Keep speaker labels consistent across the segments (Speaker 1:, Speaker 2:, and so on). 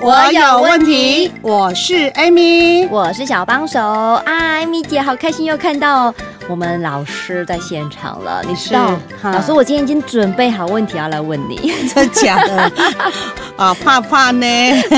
Speaker 1: 我有问题，
Speaker 2: 我是 Amy。
Speaker 1: 我是小帮手啊，艾米姐，好开心又看到我们老师在现场了。你知道，
Speaker 2: 哈
Speaker 1: 老师，我今天已经准备好问题要来问 你。
Speaker 2: 真假的 啊，怕怕呢？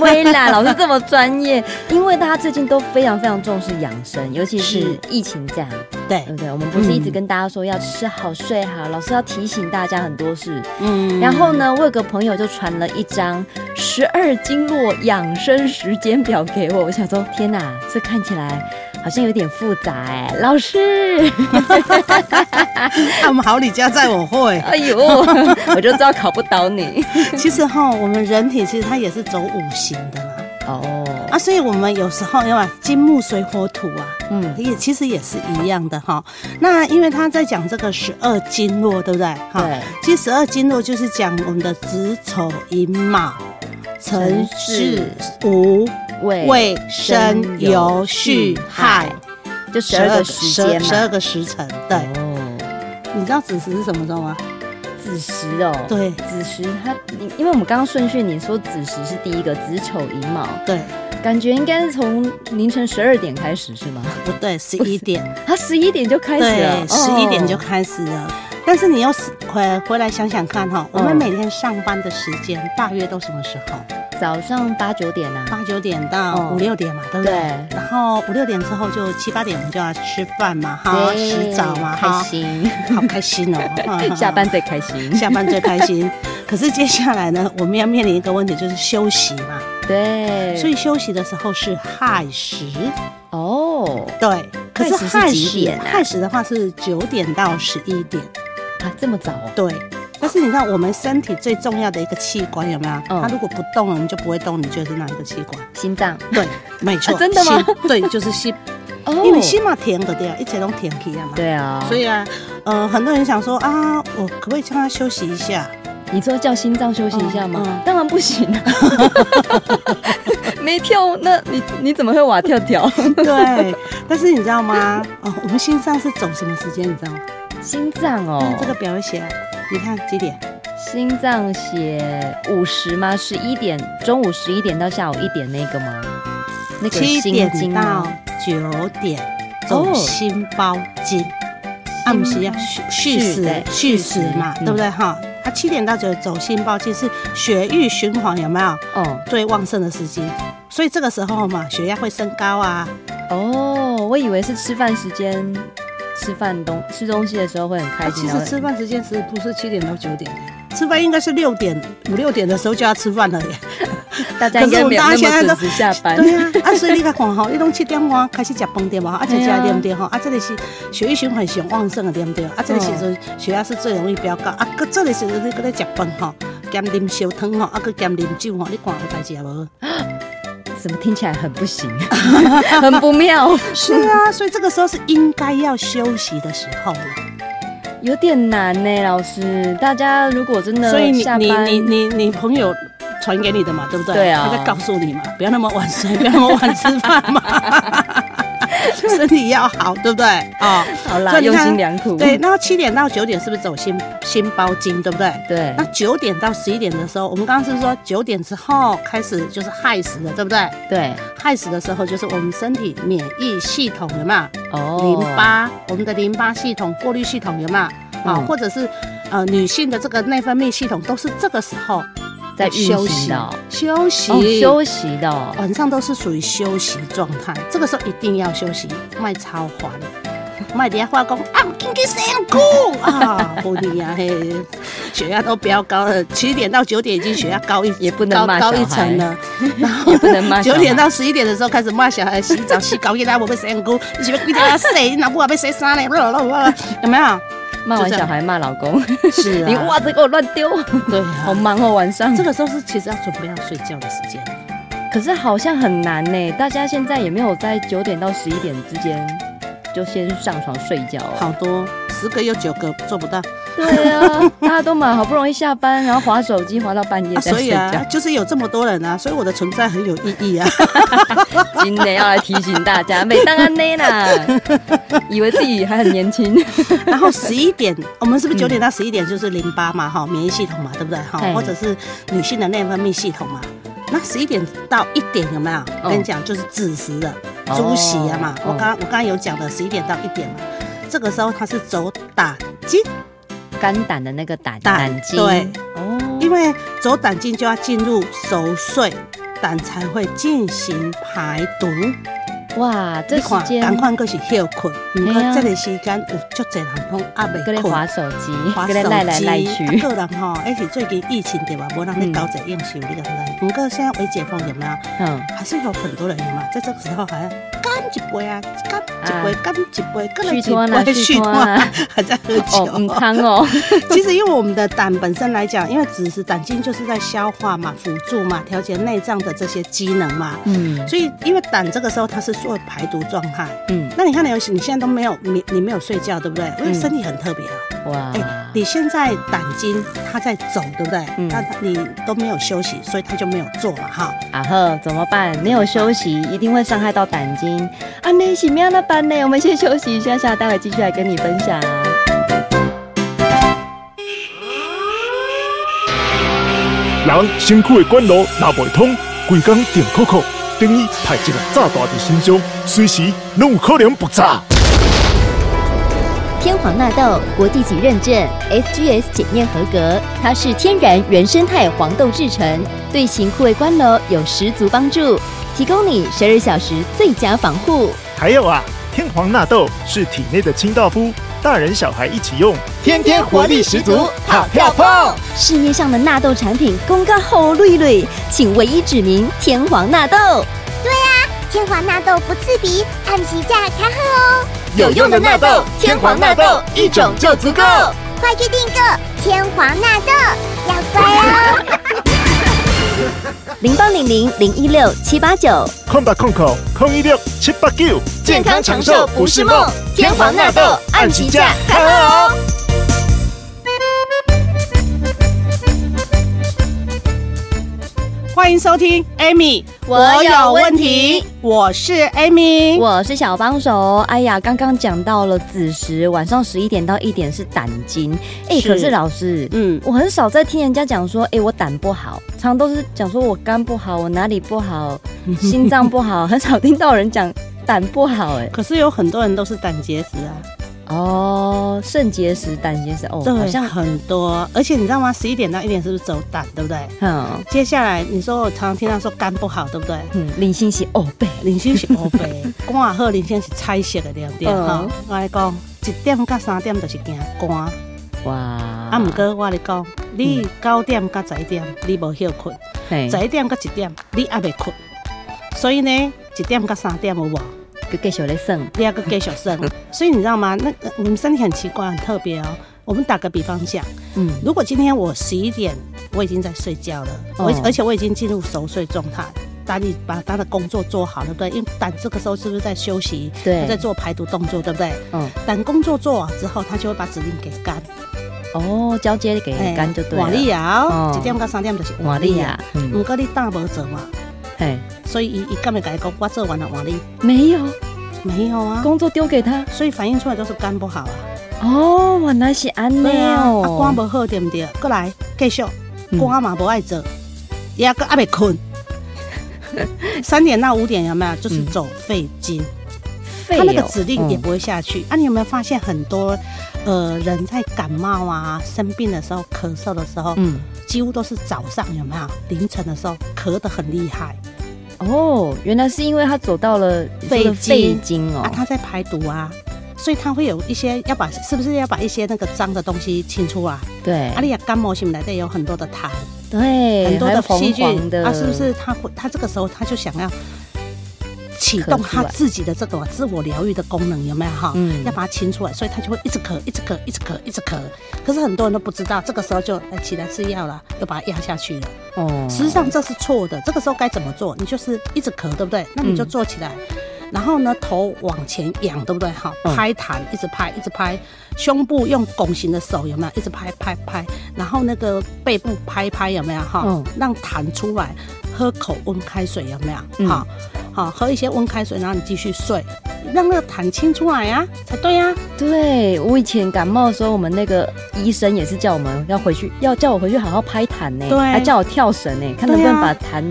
Speaker 1: 微 啦，老师这么专业，因为大家最近都非常非常重视养生，尤其是
Speaker 2: 是
Speaker 1: 疫情这样，
Speaker 2: 对
Speaker 1: 对不，对？我们不是一直
Speaker 2: 嗯
Speaker 1: 跟大家说要吃好睡好，老师要提醒大家很多事。
Speaker 2: 嗯
Speaker 1: 然后呢，我有个朋友就传了一张十二经络养生时间表给我，我想说，天哪，这看起来好像有点复杂哎，老师，
Speaker 2: 他啊们好李家在我 会。
Speaker 1: 哎呦， 我就知道考不倒你
Speaker 2: 其实哈，我们人体其实它也是走五行的啦。
Speaker 1: 哦，
Speaker 2: 啊，所以我们有时候要把金木水火土啊，
Speaker 1: 嗯，
Speaker 2: 也其实也是一样的哈。那因为他在讲这个十二经络，对不对？哈，
Speaker 1: 对，
Speaker 2: 其实十二经络就是讲我们的子丑寅卯辰巳午
Speaker 1: 胃
Speaker 2: 未申酉戌亥，
Speaker 1: 就十二个时间嘛，
Speaker 2: 十二个时辰。对，
Speaker 1: 哦，
Speaker 2: 你知道子时是什么时候吗？
Speaker 1: 子时哦，，
Speaker 2: 对
Speaker 1: 子时它，因因为我们刚刚顺序你说子时是第一个，子丑寅卯，
Speaker 2: 对，
Speaker 1: 感觉应该是从凌晨十二点开始是吗？
Speaker 2: 不对？十一点，
Speaker 1: 他十一点就开始
Speaker 2: 对
Speaker 1: 了，，
Speaker 2: 十一点就
Speaker 1: 哦
Speaker 2: 开始了。但是你要是回回来想想看哈，我们每天上班的时间大约都什么时候？
Speaker 1: 早上八九点啊，
Speaker 2: 八九点到
Speaker 1: 哦
Speaker 2: 五六点嘛，对不
Speaker 1: 对
Speaker 2: 对？，然后五六点之后就七八点我们就要吃饭嘛，哈，
Speaker 1: 对
Speaker 2: 洗澡嘛，
Speaker 1: 开
Speaker 2: 哈，
Speaker 1: 心，
Speaker 2: 好开心哦哈哈哈，
Speaker 1: 下班最开心，
Speaker 2: 下班最开心。可是接下来呢，我们要面临一个问题，就是休息嘛。
Speaker 1: 对，
Speaker 2: 所以休息的时候是亥时，
Speaker 1: 哦，
Speaker 2: 对。可是
Speaker 1: 亥时是
Speaker 2: 亥
Speaker 1: 几
Speaker 2: 时，
Speaker 1: 点啊
Speaker 2: 亥时的话是九点到十一点，
Speaker 1: 啊这么早哦，
Speaker 2: 对。但是你知道我们身体最重要的一个器官有没有？
Speaker 1: 嗯
Speaker 2: 它如果不动了，我们就不会动，你就是哪一个器官？
Speaker 1: 心脏
Speaker 2: 对，没错、
Speaker 1: 啊真的吗
Speaker 2: 心？对，就是 心，
Speaker 1: 哦，
Speaker 2: 因为心嘛停的掉，一切都停起来嘛。。
Speaker 1: 对啊，
Speaker 2: 所以啊，呃，很多人想说啊，我可不可以叫他休息一下？
Speaker 1: 你说叫心脏休息一下吗？
Speaker 2: 嗯嗯
Speaker 1: 当然不行 啊，没跳，那你你怎么会瓦跳 跳？
Speaker 2: 对。但是你知道吗？哦，我们心脏是走什么时间？你知道吗？
Speaker 1: 心脏哦
Speaker 2: 嗯，这个表有写啊，你看几点？
Speaker 1: 心脏写五十吗？十一点，中午十一点到下午一点那个吗？那个
Speaker 2: 七
Speaker 1: 心
Speaker 2: 点
Speaker 1: 经啊
Speaker 2: 到
Speaker 1: 吗
Speaker 2: 九点走心包经，啊不是啊，
Speaker 1: 续
Speaker 2: 续时
Speaker 1: 对
Speaker 2: 续时嘛，
Speaker 1: 嗯
Speaker 2: 对不对哈？啊，七点到九走心包经是血液循环有没有
Speaker 1: 哦
Speaker 2: 最旺盛的时机？所以这个时候嘛，血压会升高啊。
Speaker 1: 哦，我以为是吃饭时间，吃饭东吃东西的时候会很开
Speaker 2: 啊
Speaker 1: 心。
Speaker 2: 其
Speaker 1: 然
Speaker 2: 实
Speaker 1: 后
Speaker 2: 吃饭时间是不是七点到九点？吃饭应该是六点五六点的时候就要吃饭了耶。
Speaker 1: 大家应该没有
Speaker 2: 可是我们大家现在
Speaker 1: 那
Speaker 2: 都
Speaker 1: 么准时下班。
Speaker 2: 对啊，啊所以你看看吼，你拢七点半开始食饭对嘛，啊食食
Speaker 1: 对啊
Speaker 2: 对不对吼？啊这里是血液循环上旺盛的对不对？啊这个时
Speaker 1: 哦
Speaker 2: 阵血压是最容易飙高，啊搁这个时阵你搁咧食饭吼，兼啉烧汤吼，啊搁兼啉酒吼，你看有代志啊无？
Speaker 1: 怎么听起来很不 行，很不妙，
Speaker 2: 是啊，所以这个时候是应该要休息的时候了。
Speaker 1: 有点难呢，老师。大家如果真的
Speaker 2: 所以你
Speaker 1: 下
Speaker 2: 你
Speaker 1: 班
Speaker 2: 你你你朋友。传给你的嘛，对不对？
Speaker 1: 对啊
Speaker 2: 他在告诉你嘛，不要那么晚睡，不要那么晚吃饭 嘛，身体要好，对不对？啊、
Speaker 1: 好啦，
Speaker 2: 所以你
Speaker 1: 用
Speaker 2: 看
Speaker 1: 心良苦，
Speaker 2: 对，然后七点到九点是不是走心心包经，对不对？
Speaker 1: 对
Speaker 2: 那九点到十一点的时候，我们刚刚是不是说九点之后开始就是亥时了，对不对？
Speaker 1: 对
Speaker 2: 亥时的时候就是我们身体免疫系统有没有？
Speaker 1: 哦，
Speaker 2: 淋巴，我们的淋巴系统、过滤系统有没有？啊，
Speaker 1: 嗯
Speaker 2: 或者是呃女性的这个内分泌系统都是这个时候
Speaker 1: 在运
Speaker 2: 休
Speaker 1: 行
Speaker 2: 息
Speaker 1: 的哦，
Speaker 2: 休
Speaker 1: 哦
Speaker 2: 息、
Speaker 1: 休息的哦，
Speaker 2: 晚上都是属于休息状态，这个时候一定要休息，卖超烦， 卖底下化工啊，我今天谁哭啊？ 不你呀、嘿，血压都飙高了，七点到九点已经血压高一
Speaker 1: 也不能骂
Speaker 2: 高高一
Speaker 1: 小孩
Speaker 2: 层了，然后
Speaker 1: 也不能骂
Speaker 2: 九
Speaker 1: 小孩
Speaker 2: 点到十一点的时候开始骂小孩洗澡洗搞一拉，我被谁哭？你喜欢跪在那谁？哪不要被谁杀嘞？ 有没有？
Speaker 1: 骂完
Speaker 2: 就这样
Speaker 1: 小孩骂老公，
Speaker 2: 是 啊
Speaker 1: 你 袜子给我乱丢，
Speaker 2: 对
Speaker 1: 好
Speaker 2: 啊，
Speaker 1: 忙哦，晚上
Speaker 2: 这个时候是其实要准备要睡觉的时间。
Speaker 1: 可是好像很难呢，大家现在也没有在九点到十一点之间就先上床睡觉啊。
Speaker 2: 好多十个有九个做不到，
Speaker 1: 对 啊，大家都嘛好不容易下班，然后划手机划到半夜
Speaker 2: 啊
Speaker 1: 再
Speaker 2: 所
Speaker 1: 睡
Speaker 2: 以
Speaker 1: 觉。
Speaker 2: 啊，就是有这么多人啊，所以我的存在很有意义 啊。
Speaker 1: 今天要来提醒大家，每当安内啦， 以为自己还很年轻，
Speaker 2: 然后十一点，我们是不是
Speaker 1: 嗯
Speaker 2: 九点到十一点就是淋巴嘛，哈，免疫系统嘛，对不对？哈
Speaker 1: 对，
Speaker 2: 或者是女性的内分泌系统嘛。那十一点到一点有没有？我跟你讲，就是子时了，
Speaker 1: 哦
Speaker 2: 猪席啊嘛。我
Speaker 1: 嗯
Speaker 2: 刚我刚刚有讲的，十一点到一点嘛，这个时候它是走胆经，
Speaker 1: 肝胆的那个胆
Speaker 2: 胆
Speaker 1: 胆经，
Speaker 2: 对，
Speaker 1: 哦，
Speaker 2: 因为走胆经就要进入熟睡，胆才会进行排毒。
Speaker 1: 哇，这
Speaker 2: 你
Speaker 1: 时
Speaker 2: 看，
Speaker 1: 间
Speaker 2: 赶快过是休困，不过
Speaker 1: 哎呀
Speaker 2: 这个时间有足侪人拢压
Speaker 1: 搁
Speaker 2: 袂
Speaker 1: 在
Speaker 2: 困。
Speaker 1: 划手机，
Speaker 2: 滑
Speaker 1: 搁
Speaker 2: 手
Speaker 1: 在
Speaker 2: 机，
Speaker 1: 赖来赖
Speaker 2: 啊
Speaker 1: 去，
Speaker 2: 个人吼，而且最近疫情对吧，无人咧搞这应酬，你敢知？不过
Speaker 1: 啊
Speaker 2: 现在微解封有没有？
Speaker 1: 嗯，
Speaker 2: 还是有很多人有嘛，在这个时候还要干一杯啊，干一杯，干一杯，干了
Speaker 1: 续托呢
Speaker 2: 几杯，
Speaker 1: 续托呢
Speaker 2: 啊 还在喝
Speaker 1: 哦，
Speaker 2: 酒。
Speaker 1: 嗯，汤 哦，
Speaker 2: 其实因为我们的胆本身来讲，因为只是胆经就是在消化嘛、辅助嘛、调节内脏的这些机能嘛，
Speaker 1: 嗯
Speaker 2: 所以因为胆这个时候它是做排毒状态。
Speaker 1: 嗯，
Speaker 2: 那你看，你有你现在都没有你你没有睡觉，对不对？因为身体很特别啊。
Speaker 1: 哇
Speaker 2: 哎、，你现在胆经它在走，对不对？
Speaker 1: 嗯
Speaker 2: 那它你都没有休息，所以它就没有做嘛，哈。
Speaker 1: 啊呵，怎么办？没有休息，一定会伤害到胆经。啊，那喜喵那班呢？我们先休息一下下，待会继续来跟你分享。
Speaker 3: 人身躯的管路拿袂通，规工定扣扣，等于太一个炸弹在身上，随时拢有可能爆炸。
Speaker 4: 天皇纳豆国际级认证，SGS 检验合格，它是天然原生态黄豆制成，对型护卫官楼有十足帮助，提供你十二小时最佳防护。
Speaker 3: 还有啊，天皇纳豆是体内的清道夫，大人小孩一起用，天天活力十足，跑跳炮。
Speaker 4: 市面上的纳豆产品公告后绿绿，请唯一指明天皇纳豆。
Speaker 5: 天皇纳豆不刺鼻，按时价卡好哦，
Speaker 4: 有用的纳豆天皇纳豆一种
Speaker 3: 就足够。
Speaker 5: 快去订购天皇纳豆，要乖哦。
Speaker 4: 零八零零零一六七八九，
Speaker 3: 空吧空口，空一六七八九，健康长寿不是梦。天皇纳豆按起价，看好哦。
Speaker 2: 欢迎收听 Amy，
Speaker 1: 我有问题，
Speaker 2: 我是 Amy。
Speaker 1: 我是小帮手。哎呀，刚刚讲到了子时，晚上十一点到一点是胆经。哎、
Speaker 2: 是
Speaker 1: 可是老师，
Speaker 2: 嗯，
Speaker 1: 我很少在听人家讲说，哎、我胆不好，常都是讲说我肝不好，我哪里不好， 心脏不好， 很少听到人讲胆不好、哎，
Speaker 2: 可是有很多人都是胆结石啊，
Speaker 1: 哦，肾结石、胆结石，哦，
Speaker 2: 对，
Speaker 1: 好像，
Speaker 2: 很多。而且你知道吗？十一点到一点是不是走胆，对不对？
Speaker 1: 嗯
Speaker 2: 接下来你说我常常听到说肝不好，对不对？
Speaker 1: 嗯，零星期哦背，
Speaker 2: 领先是 乌白，肝好领先是彩色的，对不对？
Speaker 1: 嗯
Speaker 2: 哈、我来讲，一点到三点就是惊肝。
Speaker 1: 哇，
Speaker 2: 啊，
Speaker 1: 啊
Speaker 2: 毋，过我咧讲，你九点到十一点你无休困，
Speaker 1: 嗯嘿
Speaker 2: 十，一点到一点你还未困，所以呢，一点到三点有无？
Speaker 1: 就继续来算，
Speaker 2: 你还个继续 生。所以你知道吗？那个我们身体很奇怪，很特别哦。我们打个比方讲，
Speaker 1: 嗯，
Speaker 2: 如果今天我十一点我已经在睡觉了，
Speaker 1: 哦
Speaker 2: 我、而且我已经进入熟睡状态。当你把他的工作做好，对不对？因为胆这个时候是不是在休息？
Speaker 1: 对
Speaker 2: 它在做排毒动作，对不对？
Speaker 1: 嗯，
Speaker 2: 胆工作做好之后，他就会把指令给肝，
Speaker 1: 哦，交接给肝就对了，
Speaker 2: 瓦力
Speaker 1: 哦
Speaker 2: 啊，一点到三点就是
Speaker 1: 瓦力呀，，嗯，
Speaker 2: 毋过你啊胆无做嘛，
Speaker 1: 嘿，
Speaker 2: 所以伊伊敢会甲你讲，我做完了换你，
Speaker 1: 没有，
Speaker 2: 没有啊，
Speaker 1: 工作丢给他，
Speaker 2: 所以反映出来都是肝不好啊，
Speaker 1: 哦，原来是安尼
Speaker 2: 啊，啊
Speaker 1: 哦，
Speaker 2: 肝无好对不对？过来继续，
Speaker 1: 嗯
Speaker 2: 肝嘛无爱做，也个还袂困。三点到五点有没有？就是
Speaker 1: 嗯
Speaker 2: 走肺经，
Speaker 1: 肺
Speaker 2: 他那个
Speaker 1: 哦
Speaker 2: 指令也不会下
Speaker 1: 嗯
Speaker 2: 去。啊，你有没有发现很多呃人在感冒啊、生病的时候、咳嗽的时候，
Speaker 1: 嗯，
Speaker 2: 几乎都是早上有没有？凌晨的时候咳得很厉害嗯
Speaker 1: 哦，原来是因为他走到了
Speaker 2: 肺
Speaker 1: 这个肺
Speaker 2: 经
Speaker 1: 经哦
Speaker 2: 啊，，他在排毒啊，所以他会有一些要把是不是要把一些那个脏的东西清出来？
Speaker 1: 对
Speaker 2: 阿，丽亚干毛性来的有很多的痰，
Speaker 1: 对，
Speaker 2: 啊很多
Speaker 1: 还有
Speaker 2: 的啊
Speaker 1: 红
Speaker 2: 细菌
Speaker 1: 黄的
Speaker 2: 啊，是不是他会他这个时候他就想要启
Speaker 1: 咳
Speaker 2: 动
Speaker 1: 出
Speaker 2: 他
Speaker 1: 来
Speaker 2: 自己的这个自我疗愈的功能，有没有哈？
Speaker 1: 嗯
Speaker 2: 要把它清出来，所以他就会一直咳，一直咳，一直咳，一直咳。可是很多人都不知道，这个时候就哎起来吃药了，又把它压下去了。
Speaker 1: 哦
Speaker 2: 实际上这是错的。这个时候该怎么做？你就是一直咳，对不对？那
Speaker 1: 嗯
Speaker 2: 你就坐起来，然后呢，头往前仰，对不对？哈，
Speaker 1: 嗯
Speaker 2: 拍弹，一直拍，一直拍，胸部用拱形的手有没有？一直拍拍拍，然后那个背部拍一拍有没有？哈、
Speaker 1: 嗯
Speaker 2: 让弹出来。喝口温开水有没有？
Speaker 1: 嗯
Speaker 2: 好、好喝一些温开水，然后你继续睡，让那个痰清出来呀、才对啊呀、
Speaker 1: 对我以前感冒的时候，我们那个医生也是叫我们要回去，要叫我回去好好拍痰呢，
Speaker 2: 对
Speaker 1: 还叫我跳绳呢，看能不能
Speaker 2: 对
Speaker 1: 把
Speaker 2: 啊
Speaker 1: 痰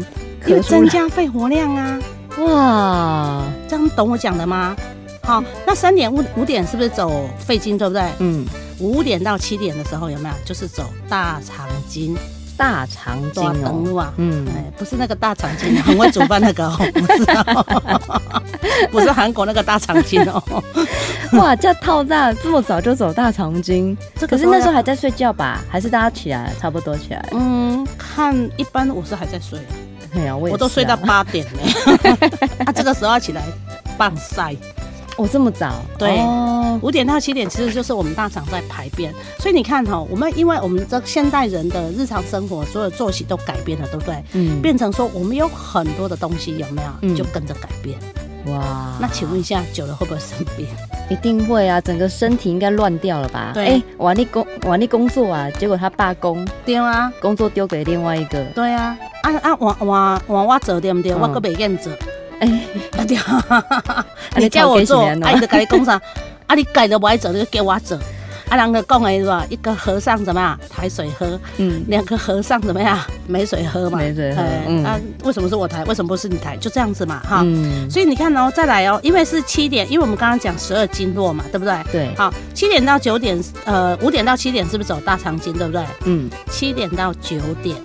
Speaker 2: 因为
Speaker 1: 咳出
Speaker 2: 增
Speaker 1: 来。
Speaker 2: 加肺活量啊。
Speaker 1: 哇，
Speaker 2: 这样懂我讲的吗？好，那三点五五点是不是走肺经，对不对？
Speaker 1: 嗯，
Speaker 2: 五点到七点的时候有没有？就是走大肠经，
Speaker 1: 大肠经
Speaker 2: 大肠
Speaker 1: 哦，
Speaker 2: 路啊。
Speaker 1: 嗯，
Speaker 2: 哎，不是那个大肠经， 很会主办那个哦，不是、哦， 不是韩国那个大肠经 哦。
Speaker 1: 哇，这套大这么早就走大肠经，
Speaker 2: 这个
Speaker 1: 可是那时候
Speaker 2: 要
Speaker 1: 还在睡觉吧？还是大家起来差不多起来？
Speaker 2: 嗯，看一般我是还在睡，啊
Speaker 1: 哎呀，我也
Speaker 2: 我都
Speaker 1: 是
Speaker 2: 睡到
Speaker 1: 啊
Speaker 2: 八点呢。 啊，这个时候要起来棒晒，
Speaker 1: 哦这么早，
Speaker 2: 对
Speaker 1: 哦
Speaker 2: 五点到七点其实就是我们大肠在排便，所以你看哈、哦我们因为我们这现代人的日常生活所有作息都改变了，对不对？
Speaker 1: 嗯，
Speaker 2: 变成说我们有很多的东西有没有
Speaker 1: 嗯
Speaker 2: 就跟着改变？
Speaker 1: 哇，
Speaker 2: 那请问一下，久了会不会生病？
Speaker 1: 一定会啊，整个身体应该乱掉了吧？
Speaker 2: 对
Speaker 1: 哎，瓦力工瓦力工作啊，结果他罢工，
Speaker 2: 对啊，
Speaker 1: 工作丢给另外一个，
Speaker 2: 对啊，啊啊，我我我我做对不对？
Speaker 1: 嗯
Speaker 2: 我可没见做，
Speaker 1: 哎，
Speaker 2: 啊对啊，
Speaker 1: 你
Speaker 2: 你叫我做，
Speaker 1: 头家是怎样
Speaker 2: 啊，你就跟你讲啥？ 啊，你改都不爱做，你就叫我做。啊，人家讲的是吧？一个和尚怎么样抬水喝，
Speaker 1: 嗯，
Speaker 2: 两个和尚怎么样没水喝嘛？
Speaker 1: 没水喝
Speaker 2: 哎
Speaker 1: 嗯
Speaker 2: 啊，为什么是我抬？为什么不是你抬？就这样子嘛，哈。
Speaker 1: 嗯，
Speaker 2: 所以你看哦，再来哦，因为是七点，因为我们刚刚讲十二经络嘛，对不对？
Speaker 1: 对，
Speaker 2: 好，七点到九点，呃，五点到七点是不是走大肠经，对不对？
Speaker 1: 嗯，
Speaker 2: 七点到九点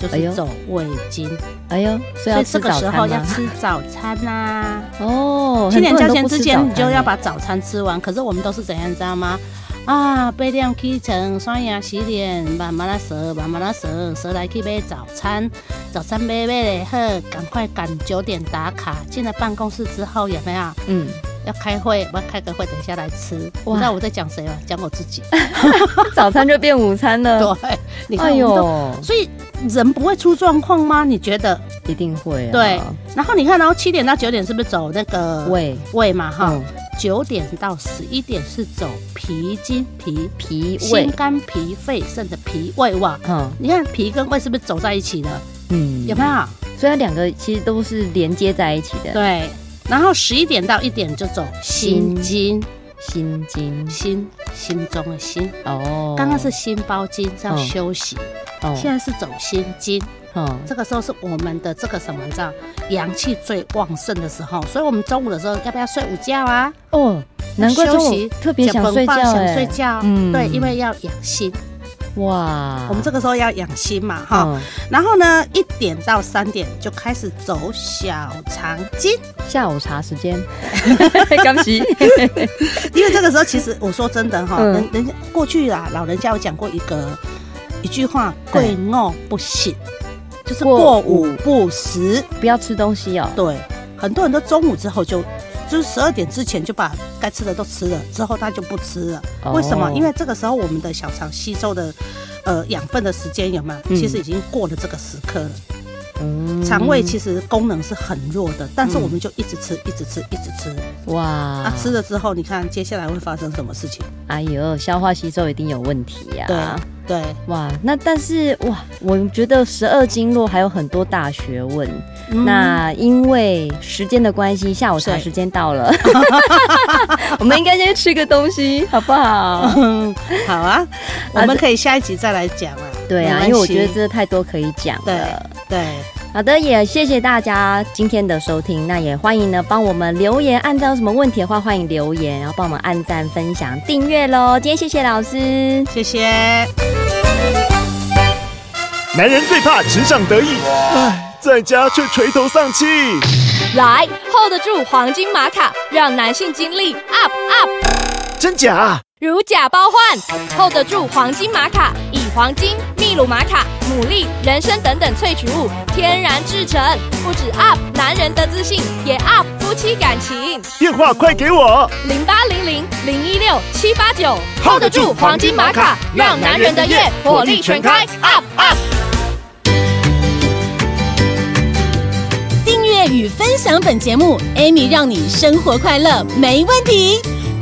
Speaker 2: 就
Speaker 1: 哎呦
Speaker 2: 是走胃经，
Speaker 1: 哎呦，所以
Speaker 2: 所
Speaker 1: 要
Speaker 2: 以
Speaker 1: 吃
Speaker 2: 这个时
Speaker 1: 早餐
Speaker 2: 候要
Speaker 1: 吗？
Speaker 2: 吃早餐啦、
Speaker 1: 哦，
Speaker 2: 七点交
Speaker 1: 很多
Speaker 2: 钱
Speaker 1: 人都不
Speaker 2: 之
Speaker 1: 吃
Speaker 2: 前，
Speaker 1: 早
Speaker 2: 你就
Speaker 1: 餐
Speaker 2: 要
Speaker 1: 欸
Speaker 2: 把早餐吃完。可是我们都是怎样，你知道吗？啊，八点起床，刷牙洗脸，慢慢来踅，慢慢来踅，踅来去买早餐。早餐买买嘞好，赶快赶九点打卡。进了办公室之后，有没有
Speaker 1: 嗯，
Speaker 2: 要开会？我要开个会，等一下来吃。你
Speaker 1: 哇
Speaker 2: 知道我在讲谁吗？讲我自 己。
Speaker 1: 早餐就变午餐了。
Speaker 2: 对，你看
Speaker 1: 哎
Speaker 2: 我们都，
Speaker 1: 呦，
Speaker 2: 所以人不会出状况吗？你觉得？
Speaker 1: 一定会啊。
Speaker 2: 对然后你看，然后七点到九点是不是走那个
Speaker 1: 胃
Speaker 2: 胃嘛？哈
Speaker 1: 嗯，
Speaker 2: 九、点到十一点是走脾经脾
Speaker 1: 脾胃
Speaker 2: 心，肝脾肺肾的脾胃哇。
Speaker 1: 嗯
Speaker 2: 你看脾跟胃是不是走在一起的？
Speaker 1: 嗯，
Speaker 2: 有没有？
Speaker 1: 所以它两个其实都是连接在一起的。
Speaker 2: 对。然后十一点到一点就走心经，
Speaker 1: 心经
Speaker 2: 心心中的心。
Speaker 1: 哦，
Speaker 2: 刚刚是心包经是要
Speaker 1: 嗯
Speaker 2: 休息，
Speaker 1: 哦，
Speaker 2: 现在是走心经。
Speaker 1: 嗯
Speaker 2: 这个时候是我们的这个什么，你知道，阳气最旺盛的时候，所以我们中午的时候要不要睡午觉啊？
Speaker 1: 哦，难怪
Speaker 2: 休
Speaker 1: 中
Speaker 2: 息
Speaker 1: 午特别想睡觉
Speaker 2: 吃饭
Speaker 1: 哎，
Speaker 2: 想睡觉，
Speaker 1: 嗯啊
Speaker 2: 对，因为要养心，
Speaker 1: 哇，
Speaker 2: 我们这
Speaker 1: 个
Speaker 2: 个时候要养心嘛，
Speaker 1: 嗯
Speaker 2: 哈。然后呢，一点到三点就开始走小肠经，
Speaker 1: 下午茶 时间，刚洗，
Speaker 2: 因为这个时候其实我说真的哈，
Speaker 1: 嗯
Speaker 2: 人人家过去啊，老人家有讲过一个一句话，
Speaker 1: 对
Speaker 2: 贵卧不醒，就是
Speaker 1: 过
Speaker 2: 过午不食。
Speaker 1: 不要吃东西哦。
Speaker 2: 对，很多人都中午之后就，就是十二点之前就把该吃的都吃了，之后他就不吃了。
Speaker 1: 哦
Speaker 2: 为什么？因为这个时候我们的小肠吸收的，呃，养分的时间有没有？
Speaker 1: 嗯
Speaker 2: 其实已经过了这个时刻了。
Speaker 1: 嗯
Speaker 2: 肠胃其实功能是很弱的，但是我们就一直吃，一直吃，一直吃。
Speaker 1: 哇
Speaker 2: 啊，吃了之后，你看接下来会发生什么事情？
Speaker 1: 哎呦，消化吸收一定有问题呀、
Speaker 2: 对啊对，
Speaker 1: 哇，那但是哇，我觉得十二经络还有很多大学问。
Speaker 2: 嗯
Speaker 1: 那因为时间的关系，下午茶
Speaker 2: 是
Speaker 1: 时间到了， 我们应该先去吃个东西，好不好？
Speaker 2: 好啊，我们可以下一集再来讲啊。
Speaker 1: 对啊，
Speaker 2: 没
Speaker 1: 因为
Speaker 2: 关
Speaker 1: 我
Speaker 2: 系
Speaker 1: 觉得真的太多可以讲
Speaker 2: 对
Speaker 1: 了。
Speaker 2: 对，
Speaker 1: 好的，也谢谢大家今天的收听。那也欢迎呢帮我们留言，按照有什么问题的话，欢迎留言，然哦后帮我们按赞、分享、订阅喽。今天谢谢老师，
Speaker 2: 谢谢。
Speaker 3: 男人最怕职场得意，唉，在家却垂头丧气。
Speaker 6: 来 hold 得住黄金玛卡，让男性精力 up up。
Speaker 3: 真假啊？
Speaker 1: 如假包换，hold 得住黄金玛卡，以黄金、秘鲁玛卡、牡蛎、人参等等萃取物天然制成，不止 up 男人的自信，也 up 夫妻感情。
Speaker 3: 电话快给我！
Speaker 1: 零八零零零一六七八九
Speaker 3: hold 得住黄金玛卡让男人的夜火力全开
Speaker 1: ，up up。
Speaker 6: 订阅与分享本节目，Amy 让你生活快乐没问题。